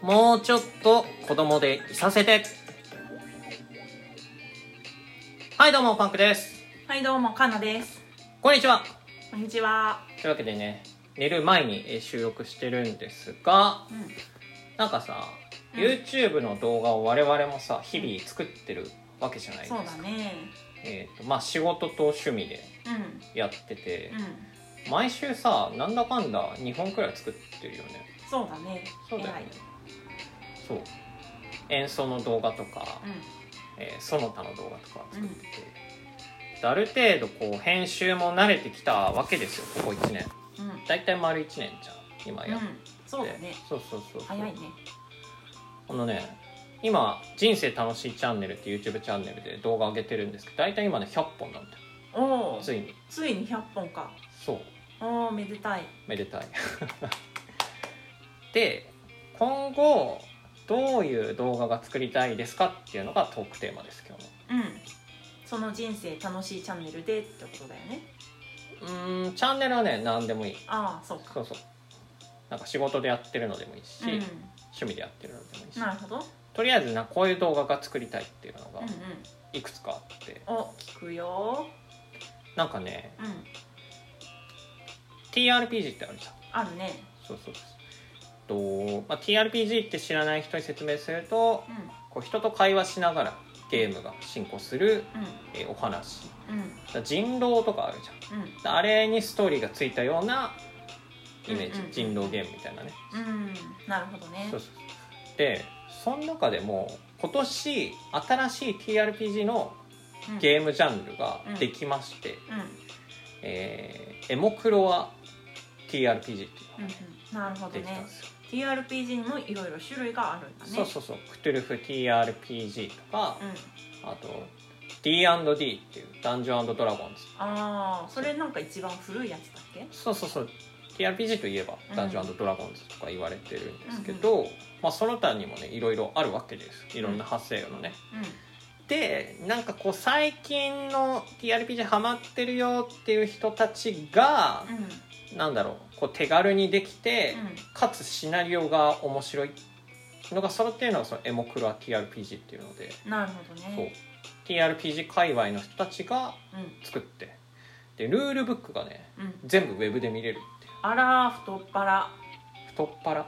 もうちょっと子供でいさせて。はい、どうも、パンクです。はいどうもかなですこんにちは。こんにちは、というわけでね、寝る前にえー収録してるんですが、うん、なんかさ、うん YouTube の動画を我々もさ、日々作ってるわけじゃないですそうか。だねえっ、と、まあ仕事と趣味でうやってて、んうん毎週さ、なんだかんだ2本くらい作ってるよね。そうだねそうだよ偉いね。そう。演奏の動画とか、えーその他の動画とか作ってて、である程度こう編集も慣れてきたわけですよここ1年うんうんだいたい丸1年じゃん今やって、うんそうだねそうそうそうそう早いねあのね今「人生楽しいチャンネル」っていう YouTube チャンネルで動画上げてるんですけど大体今ね100本なんだよおおついについに100本かそうおおめでたいめでたい で今後どういう動画が作りたいですかっていうのがトークテーマです今日のうんその人生楽しいチャンネルでってことだよねうーんチャンネルはね何でもいいああそうかそうそうなんか仕事でやってるのでもいいし、うん趣味でやってるのでもいいし、なるほどとりあえずなこういう動画が作りたいっていうのうんがういくつかあって、んお聞くよなんかねうん TRPG ってあるじゃんあるねそうそうそうと、まあ、TRPG って知らない人に説明するとうんこう人と会話しながらゲームが進行する、うえーお話んうんだから人狼とかあるじゃんだからあれにストーリーがついたようなイメージ、うんうん人狼ゲームみたいなねうんうんなるほどねそうそうでその中でも今年新しい TRPG のうんゲームジャンルができまして、うんうんえーエモクロア TRPG っていううんなるほのがどできたんねですよ、 TRPG にもいろいろ種類があるんだねそうそうそうクトゥルフ TRPG とか、うん、あと D&D っていうダンジョンドラゴンズああそれなんか一番古いやつだっけそうそうそう TRPG といえばダンジョンドラゴンズとか言われてるんですけど、まあ、その他にもねいろいろあるわけですいろんな派生のね、うでなんかこう最近の TRPG ハマってるよっていう人たちがんうんなんだろうこう手軽にできて、うんかつシナリオが面白いのが揃ってるのがそのエモクロア TRPG っていうので、なるほどそうね TRPG 界隈の人たちがうん作ってでルールブックがねうん全部ウェブで見れるっていあらー太っ腹う太っ 腹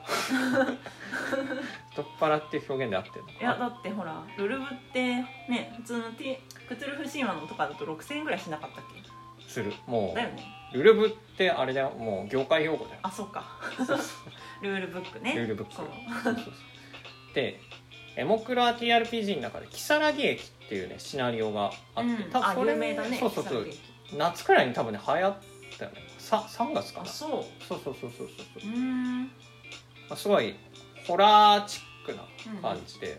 太っ腹っていう表現で合ってるのいやかだなってほらルルブってね普通のティクトゥルフ神話のとかだと6000円ぐらいしなかったっけするもだよねうルルブってあれだよもう業界用語だよあそうか ルールブックねルールブックそうそうそうそうで「エモクラ TRPG」の中で「如月駅」っていうねシナリオがあって、うん多分あそれ有名だねそうそうそ木更う津駅夏くらいに多分ね流行ったよねさ3月かあなそうそそうそうそうそうそうううーんまあ、すごいホラーチックな感じで、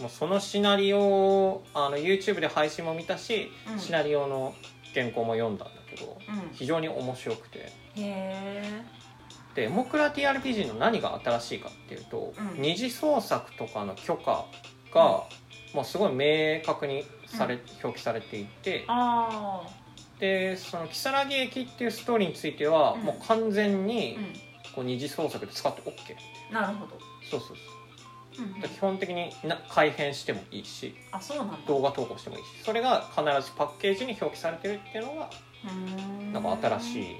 もうそのシナリオをあの YouTube で配信も見たし、うんシナリオの原稿も読んだんだけどう非常に面白くてんへえで「エモクラ TRPG」の何が新しいかっていうと、うん二次創作とかの許可が、もうすごい明確にされ、表記されていてあでその「如月駅」っていうストーリーについては、うんもう完全あにうこう二次創作で使って OK っていうんなるほどそうそうそううんうん基本的にな改変してもいいしあそうなんだ動画投稿してもいいしそれが必ずパッケージに表記されてるっていうのがうーんなんか新しい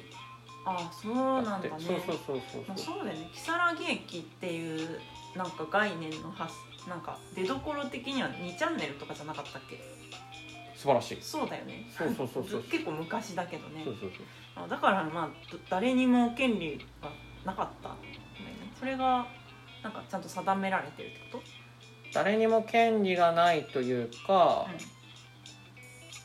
あそうなんあっだてねそうそうそうそうまあ、そうそうだよね如月駅っていうなんか概念の発なんか出どころ的には2チャンネルとかじゃなかったっけ素晴らしいそうだよねそうそうそうそう 結構昔だけどねそうそうあだからまあど誰にも権利がなかったんだよねそれがなんかちゃんと定められてるってこと誰にも権利がないというか、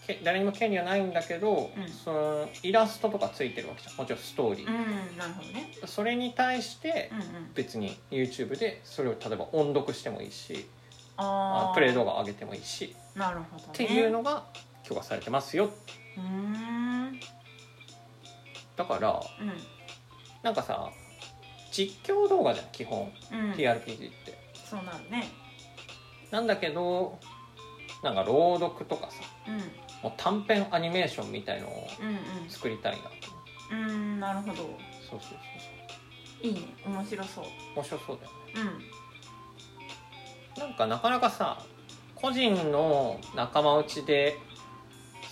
け誰にも権利はないんだけど、うんそのイラストとかついてるわけじゃんもちろんストーリうー、ん、うん、なるほどねそれに対してうんうん別に YouTube でそれを例えば音読してもいいしあああプレイ動画上げてもいいし、なるほどねっていうのが許可されてますようーんうんだからなんかさ実況動画じゃん基本うん TRPG って、そうなるねなんだけどなんか朗読とかさうんもう短編アニメーションみたいのをうん作りたいなとうんうーんなるほどそうそうそうそういいね面白そう面白そうだよねうんなんかなかなかさ個人の仲間内で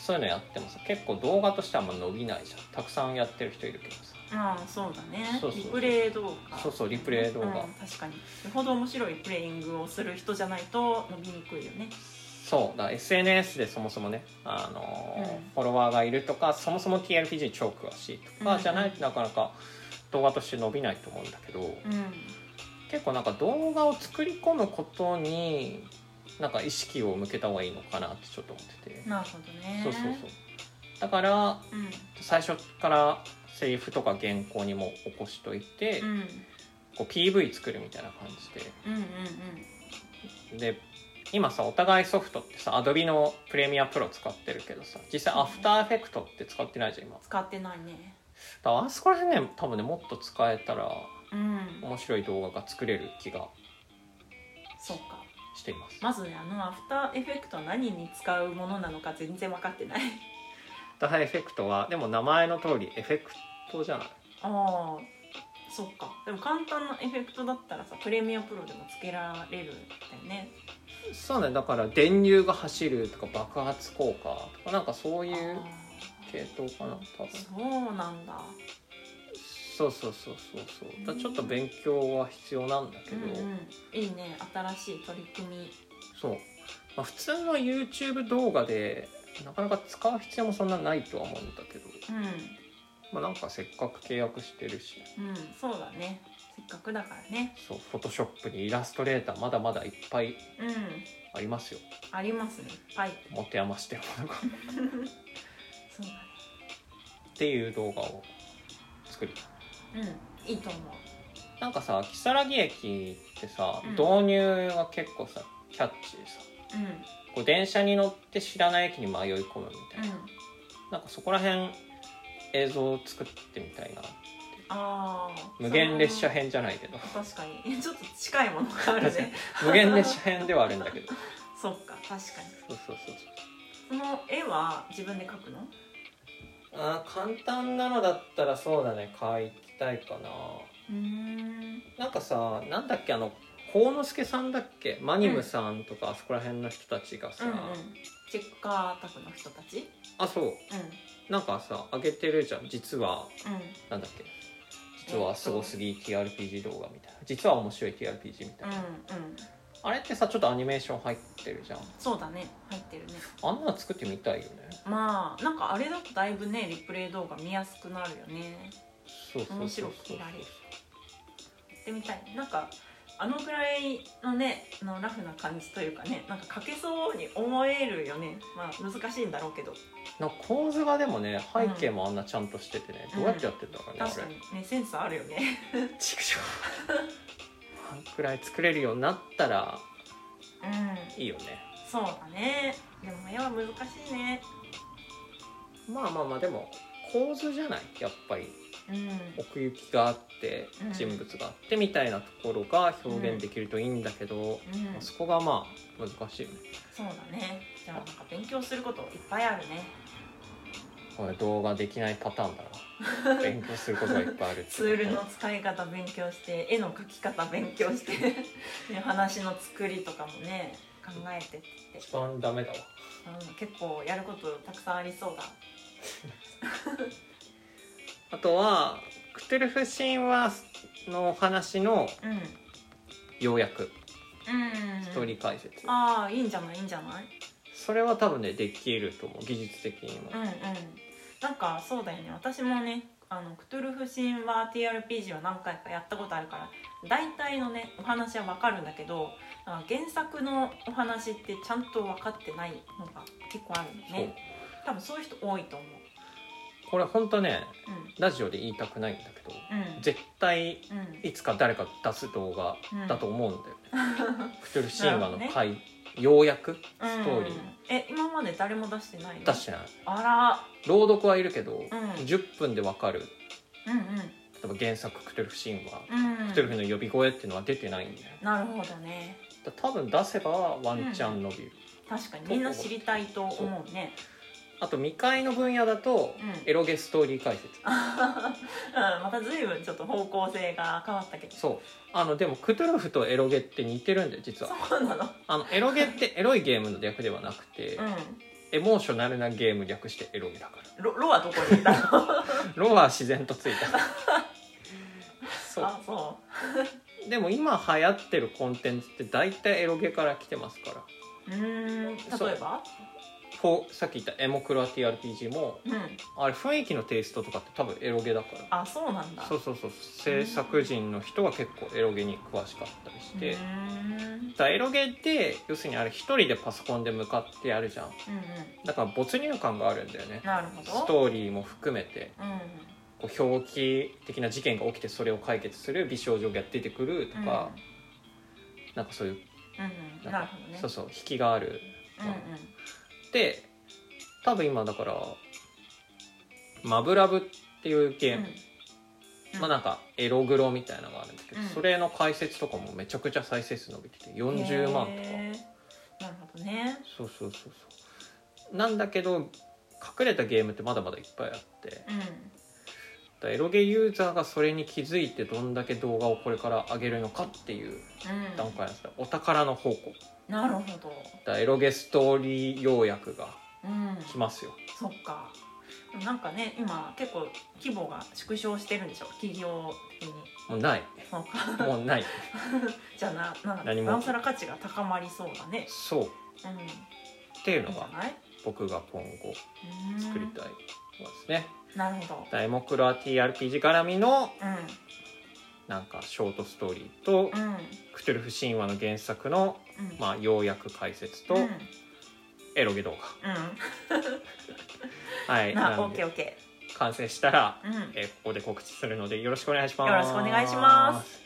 そういうのやってもさ結構動画としてはあんま伸びないじゃんたくさんやってる人いるけどさああそうだねそうそうリプレイ動画そうそうリプレイ動画うん確かによほど面白いプレイングをする人じゃないと伸びにくいよねそうだ SNS でそもそもね、あのーうんフォロワーがいるとかそもそも TRPG 超詳しいとうんうかんじゃないとなかなか動画として伸びないと思うんだけど、うん結構なんか動画を作り込むことになんか意識を向けた方がいいのかなってちょっと思ってて、なるほどねそうそうそうだからうん最初からセリフとか原稿にも起こしといて、うんこう PV 作るみたいな感じでうんうんで今さお互いソフトってさ Adobe のプレミアプロ使ってるけどさ実際アフターエフェクトって使ってないじゃん今だ使ってないねからあそこら辺ね多分ねもっと使えたらうん面白い動画が作れる気がそうかしていますまずねあのアフターエフェクトは何に使うものなのか全然分かってないアフターエフェクトはでも名前の通りエフェクトじゃないああそうかでも簡単なエフェクトだったらさプレミアプロでもつけられるんだよねそうねだから電流が走るとか爆発効果とかなんかそういうあ系統かな多分ーそうなんだそうそうそうそうそうだからちょっと勉強は必要なんだけうど、んうん、いいね新しい取り組みそう、まあ、普通の YouTube 動画でなかなか使う必要もそんなないとは思うんだけど、うまあ、なんかせっかく契約してるしんうんそうだねせっかくだからねそうフォトショップにイラストレーターまだまだいっぱいうんありますよありますねいっぱい持て余してるもの がっそうていう動画を作りたいだねうんいいと思うなんかさ如月駅ってさうん導入が結構さキャッチーさうんこう電車に乗って知らない駅に迷い込むみたいな、うんなんかそこら辺映像を作ってみたいなああ無限列車編じゃないけど 確かに ちょっと近いものがあるね無限列車編ではあるんだけどそっか確かにそうそうそうその絵は自分で描くのあー簡単なのだったらそうだね描きたいかなうんなんかさなんだっけあの幸之助さんだっけマニムさんとかあそこら辺の人たちがさ、うんうんチェッカー宅の人たちあそううんなんかさ上げてるじゃん実はうんなんだっけ実はすごすぎ TRPG 動画みたいな実は面白い TRPG みたういな、んうんあれってさちょっとアニメーション入ってるじゃんそうだね入ってるねあんなの作ってみたいよねまあなんかあれだとだいぶねリプレイ動画見やすくなるよねそうそうそう面そ白うく見られるやってみたいなんかあのくらいのねあのラフな感じというかねなんか書けそうに思えるよねまあ難しいんだろうけどなんか構図がでもね背景もあんなちゃんとしててね、うんどうやってやってんだろうね、確かあにねセンスあるよねれちくしょうあんくらい作れるようになったら うんいいよねそうだねでも絵は難しいねまあまあまあでも構図じゃないやっぱりうん奥行きがあってうん人物があってみたいなところが表現できるといいんだけど、うんそこがまあ難しいよねそうだねじゃあなんか勉強することいっぱいあるねこれ動画できないパターンだな勉強することがいっぱいあるってツールの使い方勉強して絵の描き方勉強して ね話の作りとかもね考えてって、一番ダメだわうん、結構やることたくさんありそうだあとはクトゥルフ神話のお話のうんうん要約スストーリー解説、ああいいんじゃないいいんじゃないそれは多分ねできると思う技術的にも、うんうんなんかそうだよね私もねあのクトゥルフ神話 TRPG は何回かやったことあるから大体のねお話はわかるんだけどなんか原作のお話ってちゃんと分かってないのが結構あるのそうね多分そういう人多いと思うこれ本当ねうラジオで言いたくないんだけどんうん絶対うんいつか誰か出す動画うんだと思うんだよね、 クトゥルフ神話のなるほ解、要約ストーリうーんえ今まで誰も出してないの出してないあ朗読はいるけど、ん10分でわかるらうん例えば原作クトゥルフ神話、うんうんクトゥルフの呼び声っていうのは出てないんだよなるほどねだ多分出せばワンチャン伸びる、確かにみんな知りたいと思うねあと未開の分野だとうんエロゲストーリー解説、うんまた随分ちょっと方向性が変わったけどそうあのでもクトゥルフとエロゲって似てるんだよ実はそうなのあのエロゲってエロいゲームの略ではなくて、うエモーショナルなゲーム略してエロゲだかんロロはどこ にいたのらロは自然とついた そうあそでも今流行ってるコンテンツって大体エロゲから来てますからううーん例そうえばフォーさっき言ったエモクロア TRPG もうんあれ雰囲気のテイストとかって多分エロゲだからあそうなんだそうそうそう制作人の人は結構エロゲに詳しかったりして、うーんだからエロゲって要するにあれ一人でパソコンで向かってやるじゃんうんだから没入感があるんだよねうんなるほどストーリーも含めてうんうんこう表記的な事件が起きてそれを解決する美少女が出てくるとか、なんかそういううんうんうなんなんるかほどねそうそう引きがあるうんうんで多分今だから「マブラブ」っていうゲーム、うんまあなんかエログロみたいなのがあるんだけど、うんそれの解説とかもめちゃくちゃ再生数伸びててうん40万とかへーなるほどねそうそうそうそうなんだけど隠れたゲームってまだまだいっぱいあってだかうんらエロゲユーザーがそれに気づいてどんだけ動画をこれから上げるのかっていううん段階なんですねお宝の宝庫なるほどだからエロゲストーリー要約がうん来ますよそっかでもなんかね今結構規模が縮小してるんでしょ企業的にもうないそうかもうないじゃあななんか何もなおさら価値が高まりそうだねそうっうんていうのいいんじゃがない僕が今後うん作りたいのですねなるほどだからエモクロア TRPG 絡みのうなんかショートストーリーとんうんクトゥルフ神話の原作のうんまあ要約解説と、うんエロゲ動う画はいんななオんッでケーオッケ完成したら、ーうんえーここで告知するのでよろしくお願いしますよろしくお願いします